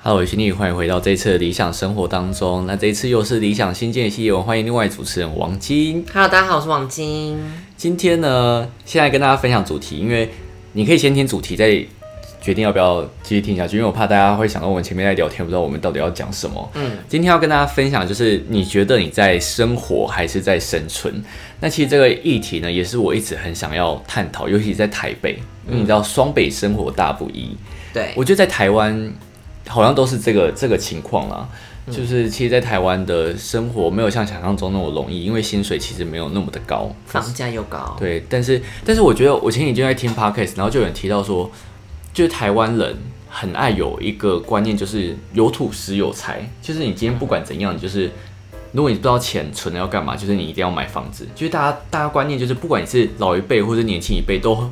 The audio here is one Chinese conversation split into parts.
Hello，我是你，欢迎回到这一次的理想生活当中。那这一次又是理想新建的系列，我欢迎另外主持人王晶。 Hello，大家好，我是王晶。今天呢，现在跟大家分享主题，因为你可以先听主题，再决定要不要继续听下去，因为我怕大家会想到我们前面在聊天，不知道我们到底要讲什么。嗯，今天要跟大家分享，就是你觉得你在生活还是在生存？那其实这个议题呢，也是我一直很想要探讨，尤其在台北，因为你知道双北生活大不易。对，我觉得在台湾好像都是这个这个情况啦，就是其实，在台湾的生活没有像想象中那么容易，因为薪水其实没有那么的高。房价又高，对，但是但是我觉得我前几天在听 podcast，然后就有人提到说，就是台湾人很爱有一个观念，就是有土石有财，就是你今天不管怎样，你就是如果你不知道钱存了要干嘛，就是你一定要买房子。就是大家大家观念就是，不管你是老一辈或者年轻一辈，都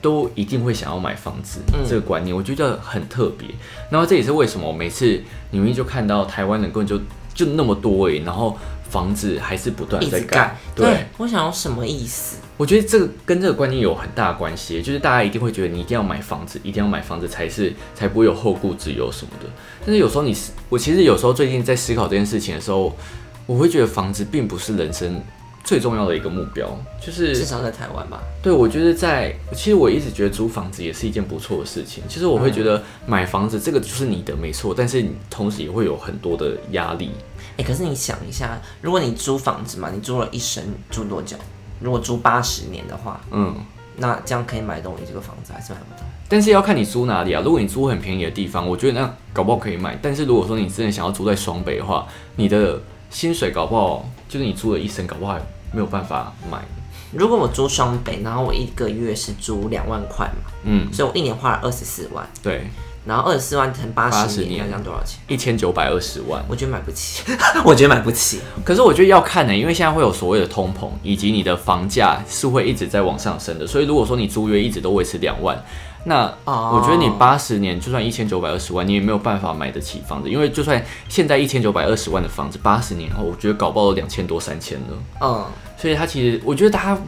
都一定会想要买房子、嗯这个观念，我觉得很特别。然后这也是为什么每次你们就看到台湾人根本就就那么多诶，然后房子还是不断一在直盖。对。对，我想要什么意思？我觉得这个跟这个观念有很大的关系，就是大家一定会觉得你一定要买房子，一定要买房子才是才不会有后顾之忧什么的。但是有时候你思，我其实有时候最近在思考这件事情的时候，我会觉得房子并不是人生最重要的一个目标，就是至少在台湾吧。对，我觉得在，其实我一直觉得租房子也是一件不错的事情。其实我会觉得买房子这个就是你的没错，但是你同时也会有很多的压力。哎、可是你想一下，如果你租房子嘛，你租了一生，租多久？如果租八十年的话，嗯，那这样可以买动你这个房子，还是买不到？但是要看你租哪里啊。如果你租很便宜的地方，我觉得那搞不好可以买。但是如果说你真的想要租在双北的话，你的薪水搞不好就是你租的一生，搞不好还没有办法买。如果我租双北，然后我一个月是租两万块嘛，嗯，所以我一年花了二十四万，对，然后二十四万乘八80十年年，那这样多少钱？一千九百二十万。我觉得买不 起，我觉得买不起。可是我觉得要看呢、因为现在会有所谓的通膨，以及你的房价是会一直在往上升的。所以如果说你租约一直都维持两万，那哦我觉得你八十年就算一千九百二十万，你也没有办法买得起房子，因为就算现在一千九百二十万的房子，八十年后我觉得搞不好两千多三千了。嗯，所以它其实我觉得它嘖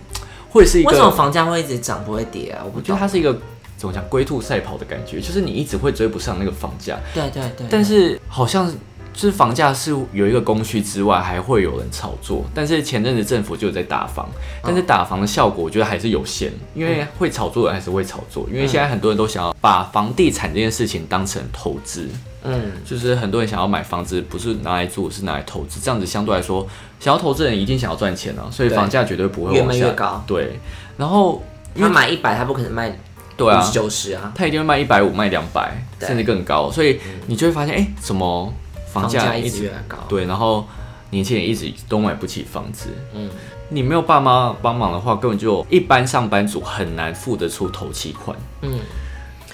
会是一个，为什么我房价会一直涨不会跌啊？我不觉知得道。它是一个怎么讲龟兔赛跑的感觉，就是你一直会追不上那个房价，对对对，但是好像就是房价是有一个供需之外，还会有人炒作。但是前阵子政府就有在打房，但是打房的效果我觉得还是有限，因为会炒作的人还是会炒作，因为现在很多人都想要把房地产这件事情当成投资，嗯。就是很多人想要买房子，不是拿来住，是拿来投资。这样子相对来说，想要投资的人一定想要赚钱啊，所以对房价绝对不会越往卖下越高对，然后他买一百，他不可能卖对啊五十，九十啊，它一定会卖一百五、卖两百，对嗯甚至更高。所以你就会发现，哎、怎么房价一一直直越来越高。对，然后年轻人一直都买不起房子。嗯，你没有爸妈帮忙的话，根本就一般上班族很难付得出头期款。嗯，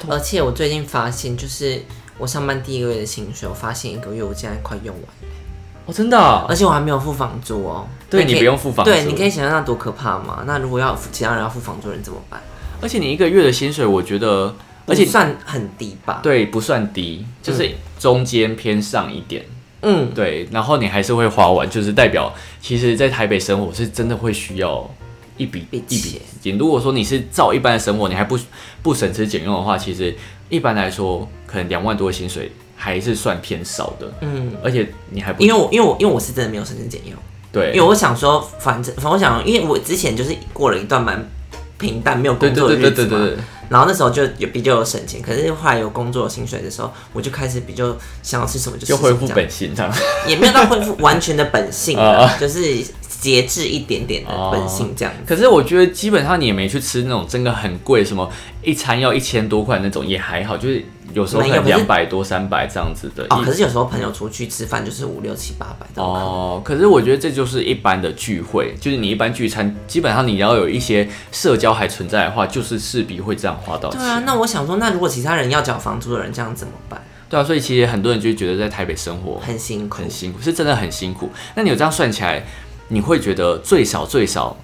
而且我最近发现，就是我上班第一个月的薪水，我发现一个月我竟然快用完，哦，真的啊、而且我还没有付房租哦。对可以你不用付房租对，你可以想象那多可怕吗？那如果要付其他人要付房租的人怎么办？而且你一个月的薪水，我觉得，而且不算很低吧？，对不算低，就是中间偏上一点。嗯，对，然后你还是会花完，就是代表其实，在台北生活是真的会需要一笔一笔笔钱资金。如果说你是照一般的生活，你还不不省吃俭用的话，其实一般来说，可能两万多的薪水还是算偏少的。嗯，而且你还不因为我因为我因为我是真的没有省吃俭用，对，因为我想说，反正反正我想，因为我之前就是过了一段蛮平淡没有对工对作的对日对子对嘛，对对，然后那时候就有比较有省钱，可是后来有工作有薪水的时候，我就开始比较想要吃什么就吃就什么恢复这样本性这样。也没有到恢复完全的本性 啊啊，就是节制一点点的本性这样。可是我觉得基本上你也没去吃那种真的很贵，什么一餐要一千多块那种也还好，就是有时候可没有能可是两百多、三百这样子的。哦，一可是有时候朋友出去吃饭就是五六七八百的，哦，可是我觉得这就是一般的聚会，就是你一般聚餐，基本上你要有一些社交还存在的话，就是势必会这样花到对钱。啊，那我想说，那如果其他人要缴房租的人这样怎么办？对啊，所以其实很多人就觉得在台北生活很辛苦很。辛苦，是真的很辛苦。那你有这样算起来，你会觉得最少最少，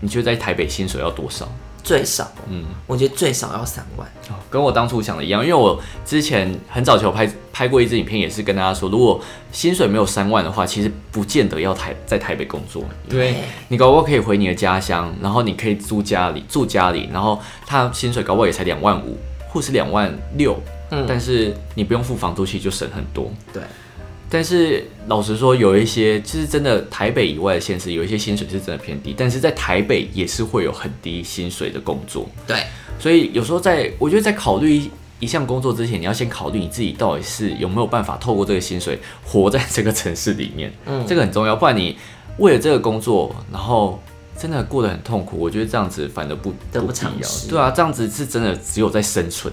你觉得在台北薪水要多少？最少，嗯嗯，我觉得最少要三万。哦跟我当初想的一样，因为我之前很早前我拍拍过一支影片，也是跟大家说，如果薪水没有三万的话，其实不见得要台在台北工作，因为你搞不好可以回你的家乡，然后你可以租家里住家里，然后他薪水搞不好也才两万五或是两万六，嗯，但是你不用付房租，其实就省很多。对，但是老实说，有一些就是真的台北以外的县市，有一些薪水是真的偏低，但是在台北也是会有很低薪水的工作。对，所以有时候在我觉得在考虑一一项工作之前，你要先考虑你自己到底是有没有办法透过这个薪水活在这个城市里面，嗯，这个很重要。不然你为了这个工作，然后真的过得很痛苦，我觉得这样子反而不得不必偿要失。对啊，这样子是真的只有在生存。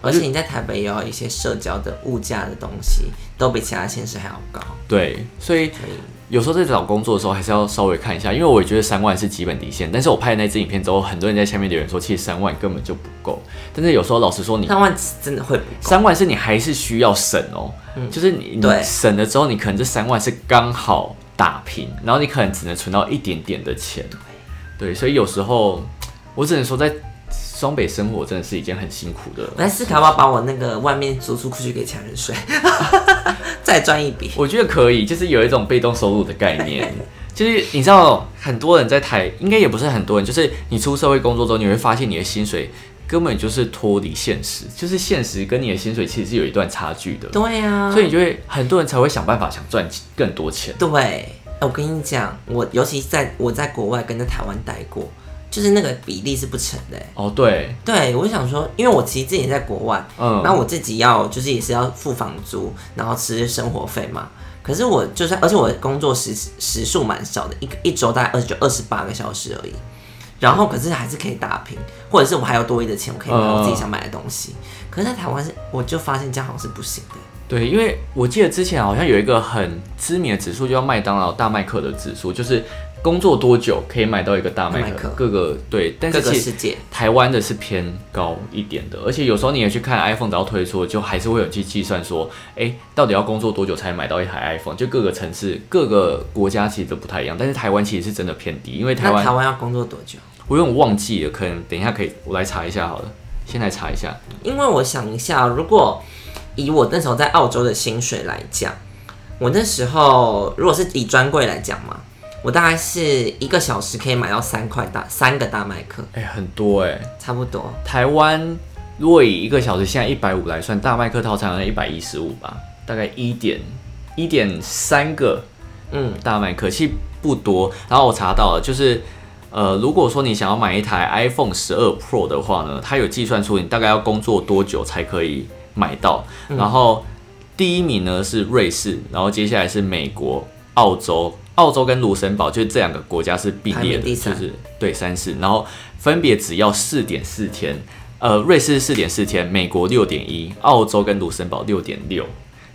而且你在台北也要一些社交的物价的东西，都比其他县市还要高。对，所以所以有时候在找工作的时候，还是要稍微看一下，因为我觉得三万是基本底线。但是我拍的那支影片之后，很多人在下面留言说，其实三万根本就不够。但是有时候老实说你，三万真的会不够。三万是你还是需要省哦，就是你你对省了之后，你可能这三万是刚好打平，然后你可能只能存到一点点的钱。对，所以有时候我只能说，在双北生活真的是一件很辛苦的。我在思考要不要把我那个外面租出去给其他人睡， 再赚一笔。我觉得可以，就是有一种被动收入的概念。就是你知道，很多人在台，应该也不是很多人，就是你出社会工作之后，你会发现你的薪水根本就是脱离现实，就是现实跟你的薪水其实是有一段差距的，对啊，所以你就会很多人才会想办法想赚更多钱。对，哎我跟你讲，我尤其在我在国外跟在台湾待过，就是那个比例是不成的欸。哦，对，对，我想说，因为我其实自己也在国外，嗯，那我自己要就是也是要付房租，然后吃生活费嘛。可是我就是，而且我的工作时时数蛮少的，一个一周大概二十九、二十八个小时而已。然后可是还是可以打平，或者是我还有多余的钱，我可以买我自己想买的东西。嗯可是，在台湾是，我就发现这样好像是不行的。对，因为我记得之前好像有一个很知名的指数，就叫麦当劳大麦克的指数，就是工作多久可以买到一个大麦大麦克克，各个对，但各是个其世实界，台湾的是偏高一点的，而且有时候你也去看 iPhone 只要推出，就还是会有去计算说，哎，到底要工作多久才买到一台 iPhone？就各个城市、各个国家其实都不太一样，但是台湾其实是真的偏低，因为台那湾台湾要工作多久？我有点忘记了，可能等一下可以我来查一下好了，先来查一下，因为我想一下，如果以我那时候在澳洲的薪水来讲，我那时候如果是以专柜来讲嘛，我大概是一个小时可以买到三块大三个大麦克，哎，很多哎、差不多。台湾如果以一个小时现在一百五来算，大麦克套餐好像一百一十五吧，大概一点一点三个嗯，大麦克，其实不多。然后我查到了，就是呃，如果说你想要买一台 iPhone 十二 Pro 的话呢，它有计算出你大概要工作多久才可以买到。嗯然后第一名呢是瑞士，然后接下来是美国、澳洲。澳洲跟卢森堡就是这两个国家是并列排的，名第就三是对三四，然后分别只要四点四天，呃，瑞士四点四天，美国六点一，澳洲跟卢森堡六点六，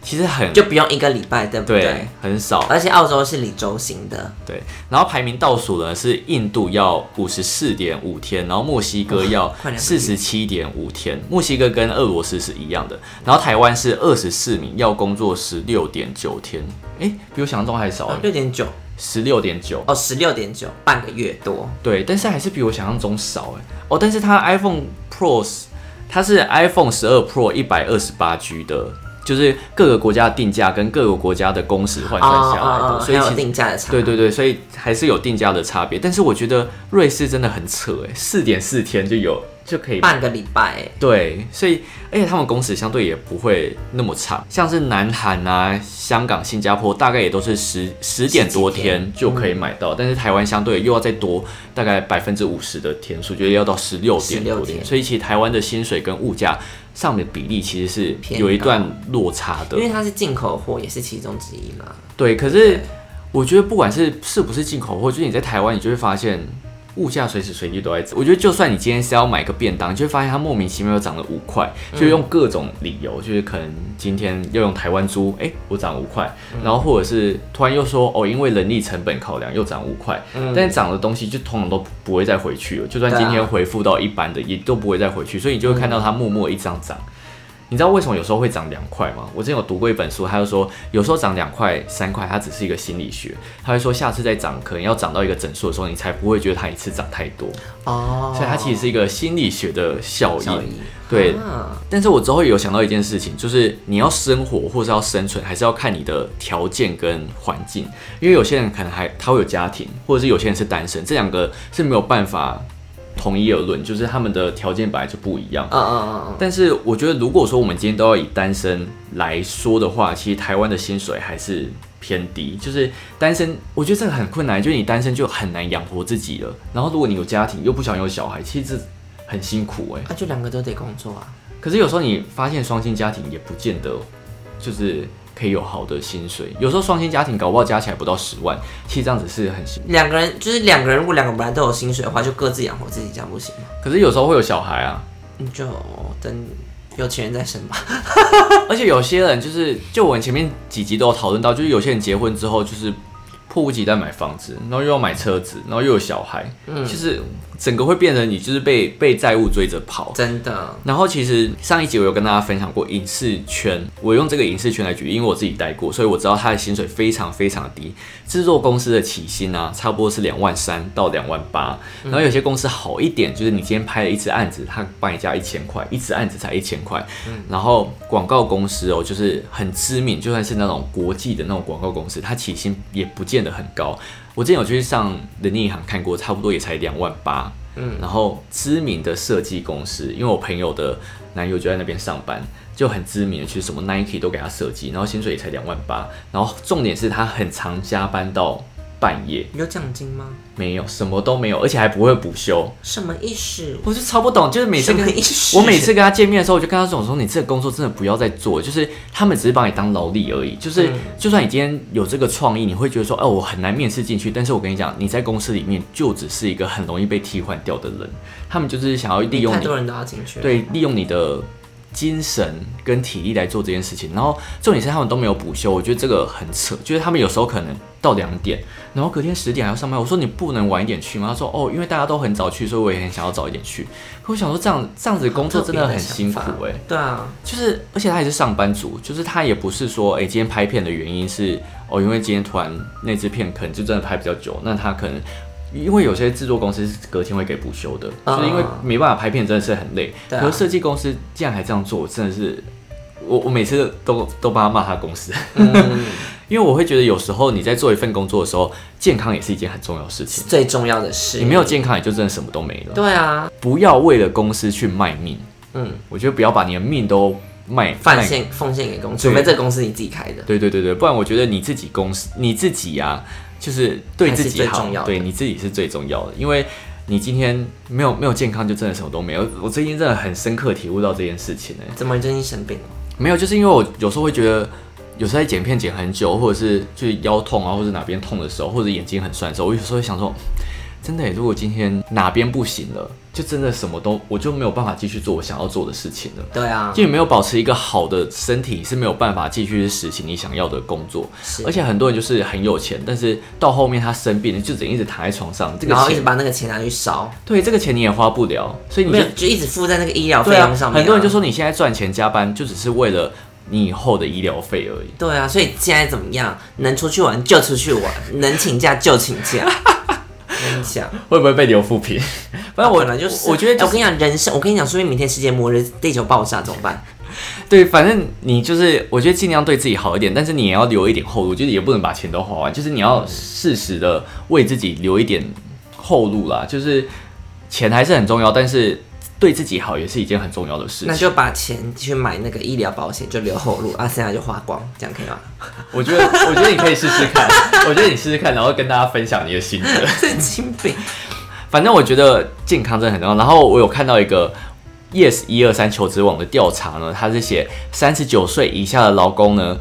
其实很就不用一个礼拜，对不对？对很少，而且澳洲是理周型的，对，然后排名倒数呢是印度要五十四点五天，然后墨西哥要快两个四月十七点五天，墨西哥跟俄罗斯是一样的，然后台湾是二十四名，要工作十六点九天，诶，比我想象中还少，哦六点九十六点九，哦，十六点九，半个月多。对，但是还是比我想象中少，诶，哦，但是它 iPhone Pro 是它是 iPhone 十二 Pro 一百二十八 G 的。就是各个国家的定价跟各个国家的工时换算下来的，哦所以还其有实定价的差，对对对，所以还是有定价的差别。但是我觉得瑞士真的很扯哎，四点四天就有就可以。半个礼拜欸，对，所以而且他们工时相对也不会那么长，像是南韩啊、香港、新加坡，大概也都是十十点多天就可以买到，但是台湾相对又要再多大概百分之五十的天数，就是要到十六点多16天所以其实台湾的薪水跟物价上面的比例其实是偏有一高段落差的因。为它是进口货，也是其中之一啦。对，可是我觉得不管是是不是进口货，就是你在台湾，你就会发现物价随时随地都在涨。我觉得就算你今天是要买个便当，你就会发现它莫名其妙涨了五块，嗯就用各种理由，就是可能今天要用台湾猪，哎、我涨五块，嗯然后或者是突然又说哦，因为人力成本考量又涨五块，但是涨的东西就通常都不会再回去了，就算嗯对啊嗯今天回复到一般的，也都不会再回去，所以你就会看到它默默一张涨。你知道为什么有时候会涨两块吗？我之前有读过一本书，它就说有时候涨两块、三块，它只是一个心理学。它会说下次再涨，可能要涨到一个整数的时候，你才不会觉得它一次涨太多。哦，所以它其实是一个心理学的效应。效益对，啊但是我之后有想到一件事情，就是你要生活或是要生存，还是要看你的条件跟环境，因为有些人可能还他会有家庭，或者是有些人是单身，这两个是没有办法统一而论，就是他们的条件本来就不一样。嗯嗯嗯嗯，但是我觉得，如果说我们今天都要以单身来说的话，其实台湾的薪水还是偏低。就是单身，我觉得这个很困难，就是你单身就很难养活自己了。然后如果你有家庭又不想有小孩，其实这很辛苦哎、啊，就两个都得工作啊。可是有时候你发现双薪家庭也不见得就是可以有好的薪水，有时候双薪家庭搞不好加起来不到十万，其实这样子是很辛苦。两个人就是两个人，如果两个人本来都有薪水的话，就各自养活自己，这样不行吗？可是有时候会有小孩啊，你就等有钱人再生吧。而且有些人就是，就我们前面几集都有讨论到，就是有些人结婚之后就是迫不及待买房子，然后又要买车子，然后又有小孩，就是整个会变成你就是被被债务追着跑。真的，然后其实上一集我有跟大家分享过影视圈，我用这个影视圈来举例，因为我自己待过，所以我知道它的薪水非常非常低。制作公司的起薪啊，差不多是两万三到两万八，然后有些公司好一点，就是你今天拍了一支案子，他帮你加一千块，一支案子才一千块。然后广告公司哦，就是很知名，就算是那种国际的那种广告公司，它起薪也不见得很高。我之前有去上人力银行看过，差不多也才两万八。嗯然后知名的设计公司，因为我朋友的男友就在那边上班，就很知名的，其实什么 Nike 都给他设计，然后薪水也才两万八，然后重点是他很常加班到半夜，有奖金吗？没有什么都没有，而且还不会补休，什么意思？我就超不懂，就是每次什么跟意思？哎我每次跟他见面的时候，我就跟他讲说，你这个工作真的不要再做，就是他们只是把你当劳力而已，就是、就算你今天有这个创意，你会觉得说，哦，我很难面试进去，但是我跟你讲，你在公司里面就只是一个很容易被替换掉的人，他们就是想要利用太你多人都要进去，，对，利用你的精神跟体力来做这件事情。然后重点是他们都没有补休，我觉得这个很扯，就是他们有时候可能到两点，然后隔天十点还要上班。我说你不能晚一点去吗？他说哦，因为大家都很早去，所以我也很想要早一点去。可我想说这样这样子工作真的很辛苦哎、对啊，就是而且他也是上班族，就是他也不是说哎、今天拍片的原因是哦，因为今天突然那支片可能就真的拍比较久，那他可能。因为有些制作公司是隔天会给补休的，啊就是因为没办法拍片，真的是很累。对啊可是设计公司竟然还这样做，我真的是，我我每次都都帮他骂他公司，嗯因为我会觉得有时候你在做一份工作的时候，健康也是一件很重要的事情。最重要的是你没有健康，也就真的什么都没了。对啊，不要为了公司去卖命，嗯，我觉得不要把你的命都卖奉卖献奉献给公司，对除非这个公司你自己开的，对对对对，不然我觉得你自己公司你自己啊，就是对自己还是最好重要，的对你自己是最重要的，因为你今天没有没有健康，就真的什么都没有。我最近真的很深刻体悟到这件事情呢、怎么最近生病了？没有，就是因为我有时候会觉得，有时候在剪片剪很久，或者是就是腰痛啊，或者是哪边痛的时候，或者眼睛很酸的时候，我有时候会想说，真的耶，如果今天哪边不行了，就真的什么都我就没有办法继续做我想要做的事情了。对啊，就你没有保持一个好的身体，是没有办法继续去实行你想要的工作。是而且很多人就是很有钱，但是到后面他生病了，就只能一直躺在床上。这个然后一直钱，把那个钱拿去烧，对这个钱你也花不了，所以你没就有就一直付在那个医疗对费啊用上面啊、很多人就说你现在赚钱加班，就只是为了你以后的医疗费而已。对啊，所以现在怎么样？能出去玩就出去玩，能请假就请 假。我跟你讲，会不会被留负 评？反正我本来就是，我觉得哎就我跟你讲，人生，我跟你讲，说不定明天世界末日，地球爆炸怎么办？对，反正你就是，我觉得尽量对自己好一点，但是你也要留一点后路，就是也不能把钱都花完，就是你要适时的为自己留一点后路啦。就是钱还是很重要，但是对自己好也是一件很重要的事那情。就把钱去买那个医疗保险，就留后路，啊，剩下就花光，这样 可以吗？我觉得，我觉得你可以试试看， 我觉得你试试看，然后跟大家分享你的心得。神经病！反正我觉得健康真的很重要。然后我有看到一个 Yes 一二三求职网的调查呢，它是写三十九岁以下的劳工呢，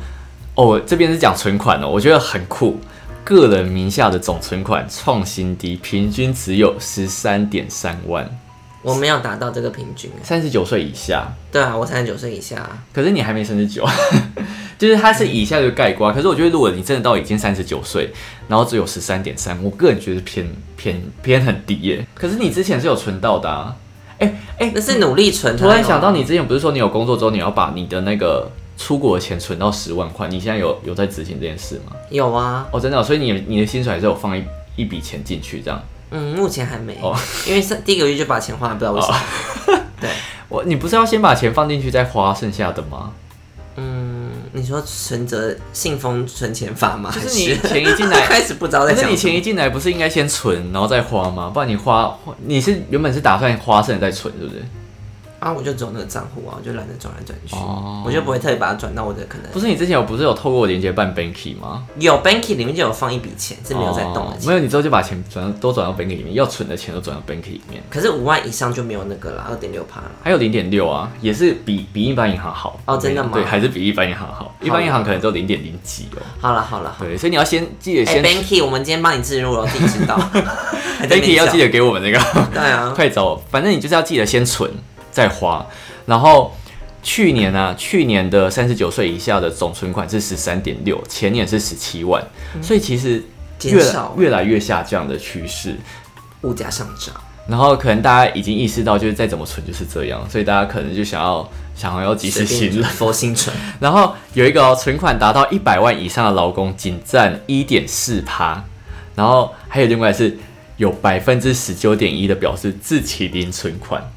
哦，这边是讲存款哦，我觉得很酷。个人名下的总存款创新低，平均只有十三点三万。我没有达到这个平均。三十九岁以下，对啊，我三十九岁以下，可是你还没三十九， 就是它是以下就盖瓜。可是我觉得，如果你真的到已经三十九岁，然后只有十三点三，我个人觉得偏偏偏很低耶。可是你之前是有存到的啊，哎、哎、那是努力存。突然想到，你之前不是说你有工作之后，你要把你的那个出国的钱存到十万块？你现在有有在执行这件事吗？有啊，哦，真的哦、所以你你的薪水还是有放一一笔钱进去这样。嗯，目前还没哦，因为上第一个月就把钱花了，不知道为什么。对，我你不是要先把钱放进去再花剩下的吗？嗯，你说存折信封存钱法吗？就还是你啊是钱一进来， 开始不知道在可是哦讲什么？你钱一进来不是应该先存然后再花吗？不然你花花你是原本是打算花剩的再存，对不对？啊，我就只有那个账户啊，我就懒得转来转去，哦我就不会特别把它转到我的可能不是你之前有不是有透过连接办 Banky 吗？有 Banky 里面就有放一笔钱，是没有在动啊的哦钱。没有你之后就把钱转到都转到 Banky 里面，要存的钱都转到 Banky 里面。可是五万以上就没有那个啦，二点六趴啦。还有零点六啊，也是比比一般银行好哦真的吗对，还是比一般银行好，一般银行可能都零点零几哦。好了好了，好啦对，所以你要先记得哎、先 b a n k y 我们今天帮你置入了，自己 知道。还在那 Banky 边要记笑得给我们那个。对啊，快走！反正你就是要记得先存再花。然后去年啊，去年的三十九岁以下的总存款是十三点六，前年是十七万，所以其实越嗯减少越来越下降的趋势。物价上涨，然后可能大家已经意识到，就是再怎么存就是这样，所以大家可能就想要想要及时行乐。佛心存，然后有一个、哦、存款达到一百万以上的劳工，仅占一点四趴。然后还有另外是有百分之十九点一的表示自起零存款。嗯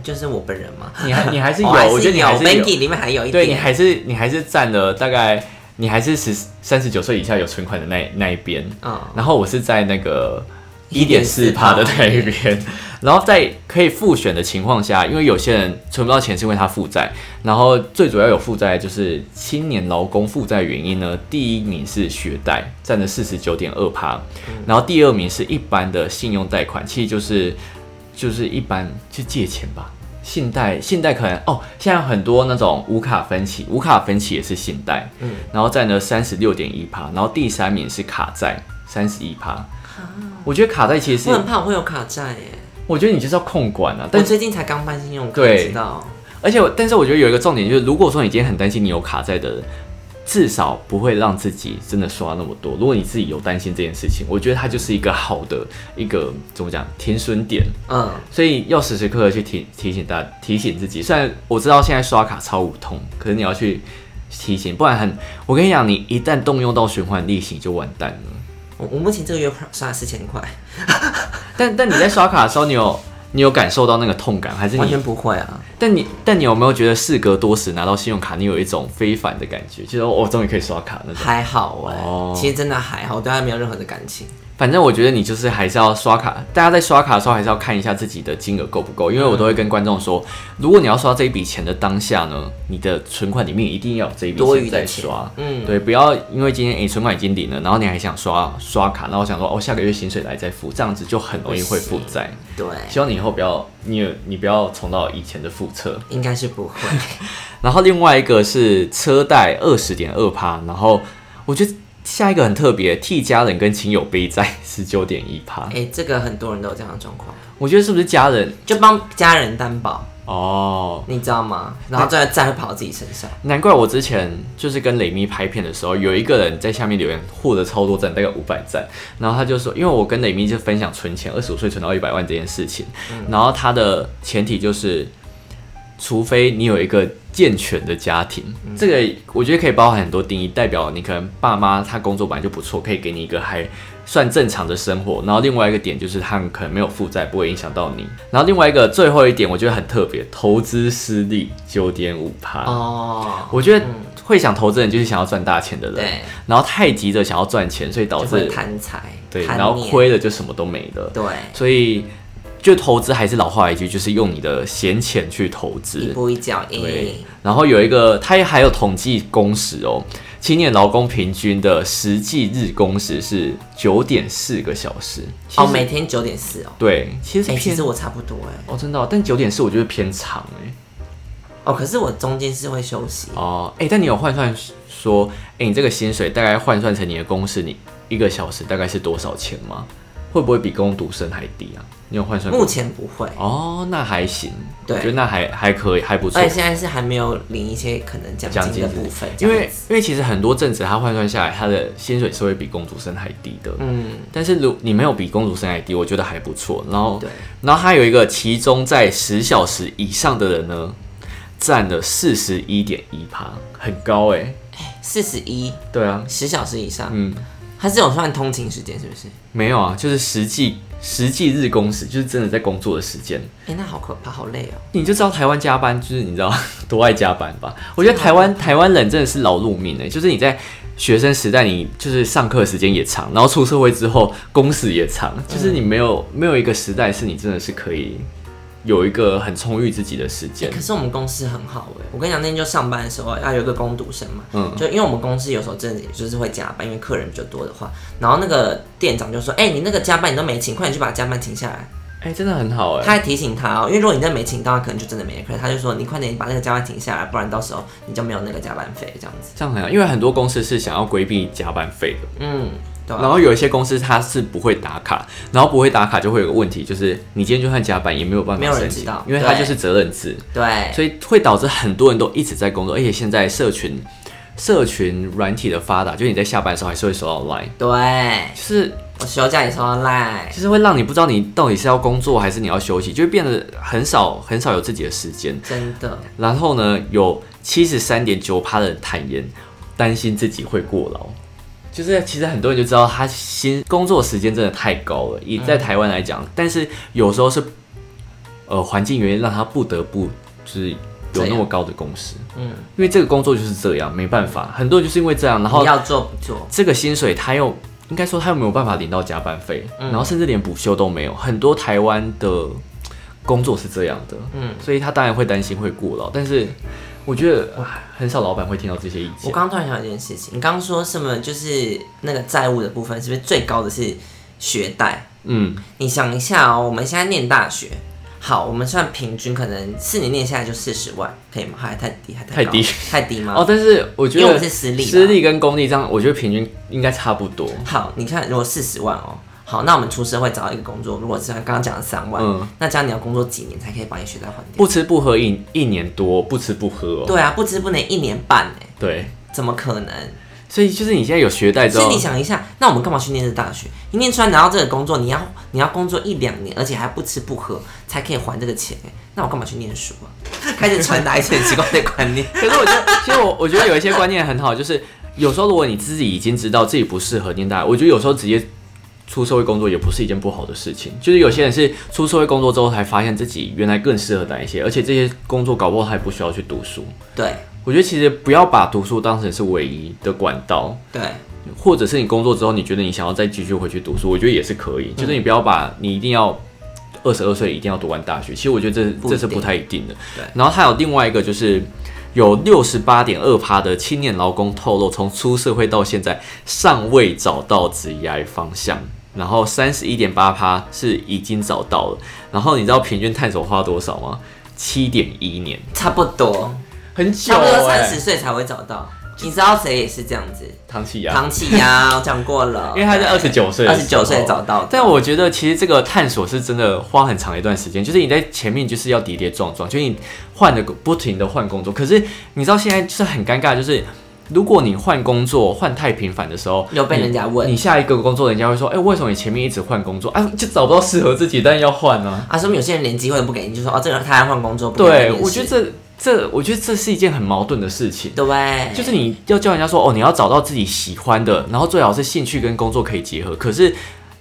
就是我本人嘛。 你还你还是有，哦还我觉得你还是 Banky 有，里面还有一对你点，还是你还是占了大概，你还是十三十九岁以下有存款的那那一边，嗯，然后我是在那个一点四1.4%趴的那一边， 然后在可以复选的情况下，因为有些人存不到钱是因为他负债，然后最主要有负债就是青年劳工负债原因呢，第一名是学贷，占了四十九点二趴，然后第二名是一般的信用贷款，其实就是就是一般去借钱吧。信贷，信贷可能哦，现在很多那种无卡分期，无卡分期也是信贷，嗯然后占了三十六点一趴，然后第三名是卡债，三十一趴。我觉得卡债其实我很是，怕我会有卡债耶。我觉得你就是要控管啊，嗯我但是最近才刚办信用卡，对知道？而且我，但是我觉得有一个重点就是，如果说你今天很担心你有卡债的人，至少不会让自己真的刷那么多。如果你自己有担心这件事情，我觉得它就是一个好的一个怎么讲停损点。嗯，所以要时时刻刻去提提醒大提醒自己。虽然我知道现在刷卡超无痛，可是你要去提醒，不然很我跟你讲，你一旦动用到循环利息你就完蛋了。我我目前这个月刷了四千块，但但你在刷卡的时候，你有你有感受到那个痛感，还是完你？全不会啊。但你但你有没有觉得事隔多时拿到信用卡，你有一种非凡的感觉，就是我、哦、终于可以刷卡那种。还好哎、哦其实真的还好，我对他没有任何的感情。反正我觉得你就是还是要刷卡，大家在刷卡的时候还是要看一下自己的金额够不够，因为我都会跟观众说，如果你要刷这一笔钱的当下呢，你的存款里面一定要有这一笔多余钱的再钱刷。嗯，对，不要因为今天诶、存款已经领了，然后你还想刷刷卡，然后想说哦下个月薪水来再付，这样子就很容易会负债。对，希望你以后不要你有你不要重蹈以前的覆辙。应该是不会。 然后另外一个是车贷二十点二趴，然后我觉得下一个很特别，替家人跟亲友背债十九点一趴哎、。这个很多人都有这样的状况，我觉得是不是家人就帮家人担保，哦？你知道吗？然后再再会跑到自己身上。难怪我之前就是跟雷咪拍片的时候，有一个人在下面留言获得超多赞，大概五百赞。然后他就说，因为我跟雷咪就分享存钱，二十五岁存到一百万这件事情，然后他的前提就是，除非你有一个健全的家庭，这个我觉得可以包含很多定义，代表你可能爸妈他工作本来就不错，可以给你一个还算正常的生活。然后另外一个点就是他们可能没有负债，不会影响到你。然后另外一个最后一点，我觉得很特别，投资失利九点五趴。哦，我觉得会想投资人就是想要赚大钱的人，对，然后太急着想要赚钱，所以导就会致贪财，哦对，贪然后念亏了就什么都没了。对，所以就投资还是老话一句，就是用你的闲钱去投一资。步一脚对印，，然后有一个，它还有统计工时哦，青年劳工平均的实际日工时是九点四个小时。其实哦，每天九点四哦。对，其实哎、偏、其实我差不多哎、哦，真的哦、但九点四我觉得偏长哎、哦，可是我中间是会休息，哦，哎、但你有换算说，哎、你这个薪水大概换算成你的工时，你一个小时大概是多少钱吗？会不会比工读生还低啊？你有换算过目前不会，哦，那还行，对我觉得那还还可以，还不错而且。现在是还没有领一些可能奖奖金金的是部分，这因样为子因为其实很多正职，他换算下来，他的薪水是会比工读生还低的。嗯，但是如你没有比工读生还低，我觉得还不错。然后对，然后还有一个，其中在十小时以上的人呢，占了四十一点一趴，很高哎、四十一对啊，十小时以上，嗯，它是有算通勤时间是不是？没有啊，就是实际实际日工时，就是真的在工作的时间，哎、那好可怕，好累哦。你就知道台湾加班就是你知道 多爱加班吧？我觉得台湾台湾人真的是劳碌命哎、就是你在学生时代你就是上课时间也长，然后出社会之后工时也长，就是你没有没有一个时代是你真的是可以有一个很充裕自己的时欸间。可是我们公司很好哎、我跟你讲，那天就上班的时候，啊要有一个工读生嘛，嗯就因为我们公司有时候真的也就是会加班，因为客人比较多的话，然后那个店长就说：“哎、你那个加班你都没请，快点去把加班请下来。哎、真的很好”哎、他还提醒他哦，因为如果你真的没请到，可能就真的没人。可是他就说：“你快点把那个加班请下来，不然到时候你就没有那个加班费这样子。这样很好，因为很多公司是想要规避加班费的。”嗯，对然啊，后有一些公司它是不会打卡，然后不会打卡就会有个问题，就是你今天就算加班也没有办没法有人申知请道，因为它对哎就是责任制，对，所以会导致很多人都一直在工作，而且现在社群社群软体的发达，就是你在下班的时候还是会收到 line，对，就是我休假也收到赖，就是会让你不知道你到底是要工作还是你要休息，就会变得很少很少有自己的时间。真的。然后呢，有七十三点九趴的人坦言担心自己会过劳，就是其实很多人就知道他薪工作时间真的太高了，以在台湾来讲，但是有时候是呃环境原因让他不得不就是有那么高的工时，嗯，因为这个工作就是这样，没办法，很多人就是因为这样，然后你要做不做？这个薪水他又应该说他又没有办法领到加班费，嗯然后甚至连补休都没有，很多台湾的工作是这样的，嗯，所以他当然会担心会过劳，但是我觉得哇，很少老板会听到这些意我见。刚刚突然想到一件事情，你刚刚说什么？就是那个债务的部分，是不是最高的是学贷？嗯，你想一下哦，我们现在念大学，好，我们算平均可能四年念下来就四十万，可以吗？还太低，还太太高低，太低吗？哦，但是我觉因为我得们是私立的啊私立跟公立这样，我觉得平均应该差不多。好，你看，如果四十万哦，好，那我们出社会找到一个工作，如果像刚刚讲的三万，嗯那这样你要工作几年才可以把你学贷还掉？不吃不喝一一年多，不吃不喝、哦。对啊，不知不能一年半哎，对，怎么可能？所以就是你现在有学贷之所以后你，想一下，那我们干嘛去念这大学？你念出来拿到这个工作，你要你要工作一两年，而且还不吃不喝，才可以还这个钱、欸。那我干嘛去念 书啊？开始传达一些很奇怪的观念。可是我觉得， 其实我我觉得有一些观念很好，就是有时候如果你自己已经知道自己不适合念大学，我觉得有时候直接出社会工作也不是一件不好的事情。就是有些人是出社会工作之后才发现自己原来更适合哪一些，而且这些工作搞不好还不需要去读书。对我觉得其实不要把读书当成是唯一的管道，对，或者是你工作之后你觉得你想要再继续回去读书，我觉得也是可嗯以。就是你不要把你一定要二十二岁一定要读完大学，其实我觉得这不一定这是不太一定的对。然后还有另外一个就是。有六十八点二趴的青年劳工透露，从出社会到现在尚未找到职业方向，然后三十一点八趴是已经找到了，然后你知道平均探索花多少吗？七点一年，差不多，很久差不多哎、三十岁才会找到。你知道谁也是这样子？唐启阳，唐启阳，我讲过了， 因为他在二十九岁，二十九岁找。到的，但我觉得其实这个探索是真的花很长一段时间，就是你在前面就是要跌跌撞撞，就是你换的不停的换工作。可是你知道现在就是很尴尬，就是如果你换工作换太频繁的时候，又被人家问你你下一个工作，人家会说，哎、为什么你前面一直换工作啊？就找不到适合自己，但要换啊。啊，说明有些人连机会都不给你，就说哦，这个人他要换工作，不给对，你面我觉得试这这，我觉得这是一件很矛盾的事情。对，就是你要叫人家说哦，你要找到自己喜欢的，然后最好是兴趣跟工作可以结合。可是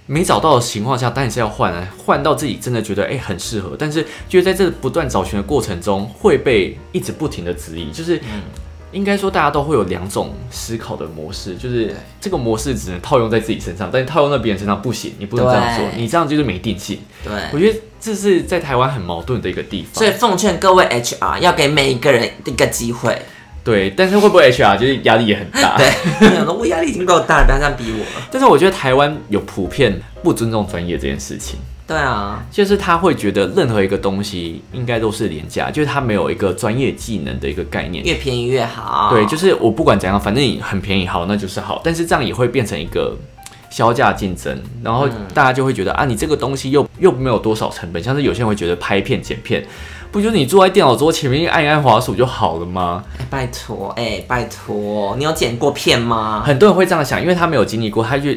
没找到的情况下，当然是要换啊，换到自己真的觉得哎、很适合。但是就是在这不断找寻的过程中，会被一直不停的质疑。就是、嗯应该说大家都会有两种思考的模式，就是这个模式只能套用在自己身上，但是套用在别人身上不行，你不能这样做，对你这样就是没定性。对。我觉得这是在台湾很矛盾的一个地所方。以奉劝各位 HR 要给每一个人一个机会。对，但是会不会 HR 就是压力也很大？对，我 想啊说我压力已经够大了，不要这样逼我了。但是我觉得台湾有普遍不尊重专业这件事情，对啊，就是他会觉得任何一个东西应该都是廉价，就是他没有一个专业技能的一个概念。越便宜越好。对，就是我不管怎样，反正你很便宜好，那就是好。但是这样也会变成一个销价竞争，然后大家就会觉得、啊，你这个东西又又没有多少成本，像是有些人会觉得拍片剪片，不就是你坐在电脑桌前面按一按滑鼠就好了吗？哎、拜托，哎、拜托，你有剪过片吗？很多人会这样想，因为他没有经历过，他就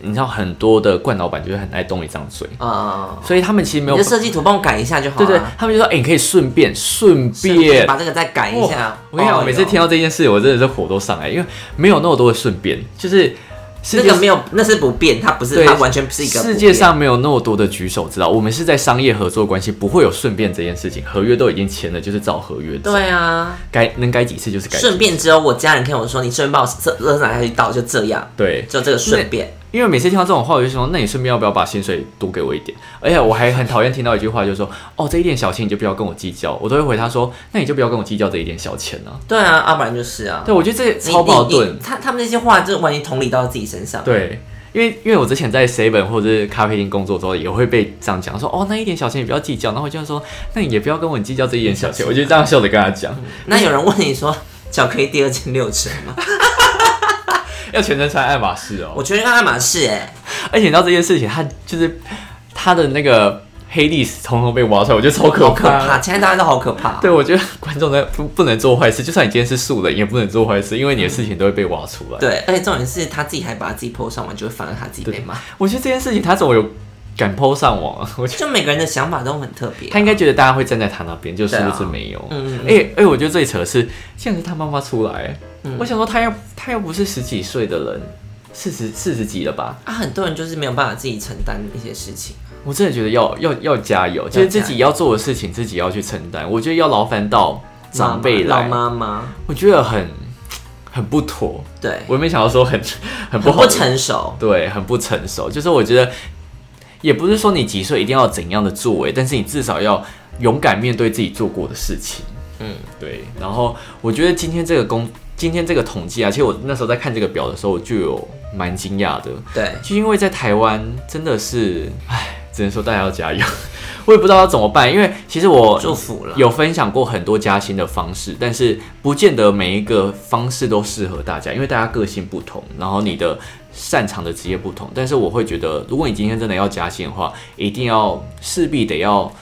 你知道很多的惯老板就是很爱动一张嘴。嗯，所以他们其实没你有的设计图帮我改一下就好对了。对，他们就说：“哎、你可以顺便顺顺便便。把这个再改一下哇。我跟你讲，哦我每次听到这件事，我真的是火都上来，因为没有那么多的顺便，就是世那界个没有，那是不变，它不是，对它完全是一个不世变界上没有那么多的举手之劳，我们是在商业合作关系，不会有顺便这件事情。合约都已经签了，就是照合约走，对啊，该能改几次就是改几次。顺便只有我家人看我说你顺便把我垃圾拿下去倒，就这样，对，就这个顺便。因为每次听到这种话，我就说，那你顺便要不要把薪水多给我一点？而且我还很讨厌听到一句话，就是说，哦，这一点小钱你就不要跟我计较。我都会回他说，那你就不要跟我计较这一点小钱啊。对啊，要、不然就是啊，对，我觉得这你超矛你盾你。他他们那些话就是完全同理到自己身上。对，因为因为我之前在 seven 或者是咖啡厅工作之后，也会被这样讲，说哦那一点小钱也不要计较，然后我就说那你也不要跟我计较这一点小钱，我就这样笑着跟他讲，那有人问你说巧克力第二件六折吗？要全身穿爱马仕哦我，觉得爱马仕哎、而且你知道这件事情，他就是他的那个黑历史通通被挖出来，我觉得超可好可怕。怕！现在大家都好可怕。对，我觉得观众呢不不能做坏事，就算你今天是素人，也不能做坏事，因为你的事情都会被挖出来。对，而且重点是他自己还把他自己 PO 上完，就会反而他自己被骂。我觉得这件事情他怎么有敢 PO 上网啊？我觉得就每个人的想法都很特别。他应该觉得大家会站在他那边，就是对啊不是没有？嗯嗯哎、哎、我觉得最扯的是，竟然是他妈妈出来。嗯我想说，他又他又不是十几岁的人，四十四十几了吧？啊，很多人就是没有办法自己承担一些事情。我真的觉得要要要加油，就是自加己要做的事情自己要去承担。我觉得要劳烦到长辈妈妈来，老妈妈，我觉得很很不妥。对，我也没想到说很很不很好不，成熟。对，很不成熟。就是我觉得，也不是说你几岁一定要怎样的作为，但是你至少要勇敢面对自己做过的事情。嗯，对，然后我觉得今天这个公，今天这个统计啊，其实我那时候在看这个表的时候，我就有蛮惊讶的，对，就因为在台湾真的是，唉，只能说大家要加油， 我也不知道要怎么办，因为其实我祝福了。有分享过很多加薪的方式，但是不见得每一个方式都适合大家，因为大家个性不同，然后你的擅长的职业不同。但是我会觉得，如果你今天真的要加薪的话，一定要势必得要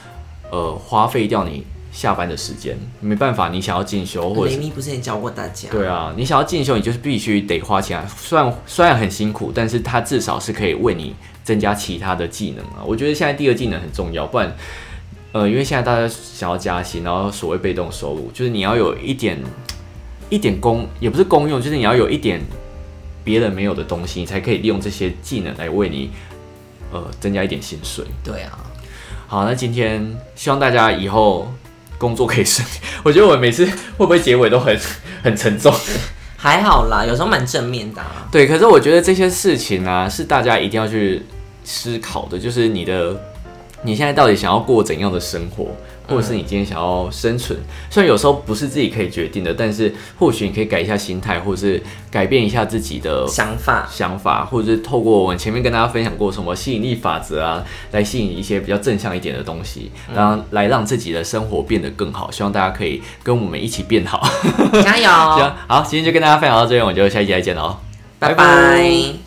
呃花费掉你下班的时间，没办法，你想要进修或者雷是。米不是也教过大家？对啊，你想要进修，你就是必须得花钱、啊。虽然虽然很辛苦，但是它至少是可以为你增加其他的技能啊。我觉得现在第二技能很重要，不然，呃，因为现在大家想要加薪，然后所谓被动收入，就是你要有一点一点功，也不是功用，就是你要有一点别人没有的东西，你才可以利用这些技能来为你呃增加一点薪水。对啊，好，那今天希望大家以后工作可以顺利。 我觉得我每次会不会结尾都很 很沉重。还好啦，有时候蛮正面的、啊。对，可是我觉得这些事情啊，是大家一定要去思考的，就是你的你现在到底想要过怎样的生活，或者是你今天想要生存。虽然有时候不是自己可以决定的，但是或许你可以改一下心态，或者是改变一下自己的想法想法，或者是透过我们前面跟大家分享过什么吸引力法则啊，来吸引一些比较正向一点的东西，嗯然后来让自己的生活变得更好。希望大家可以跟我们一起变好。 加油，行，好，今天就跟大家分享到这边，我们就下一集再见了哦。拜拜拜拜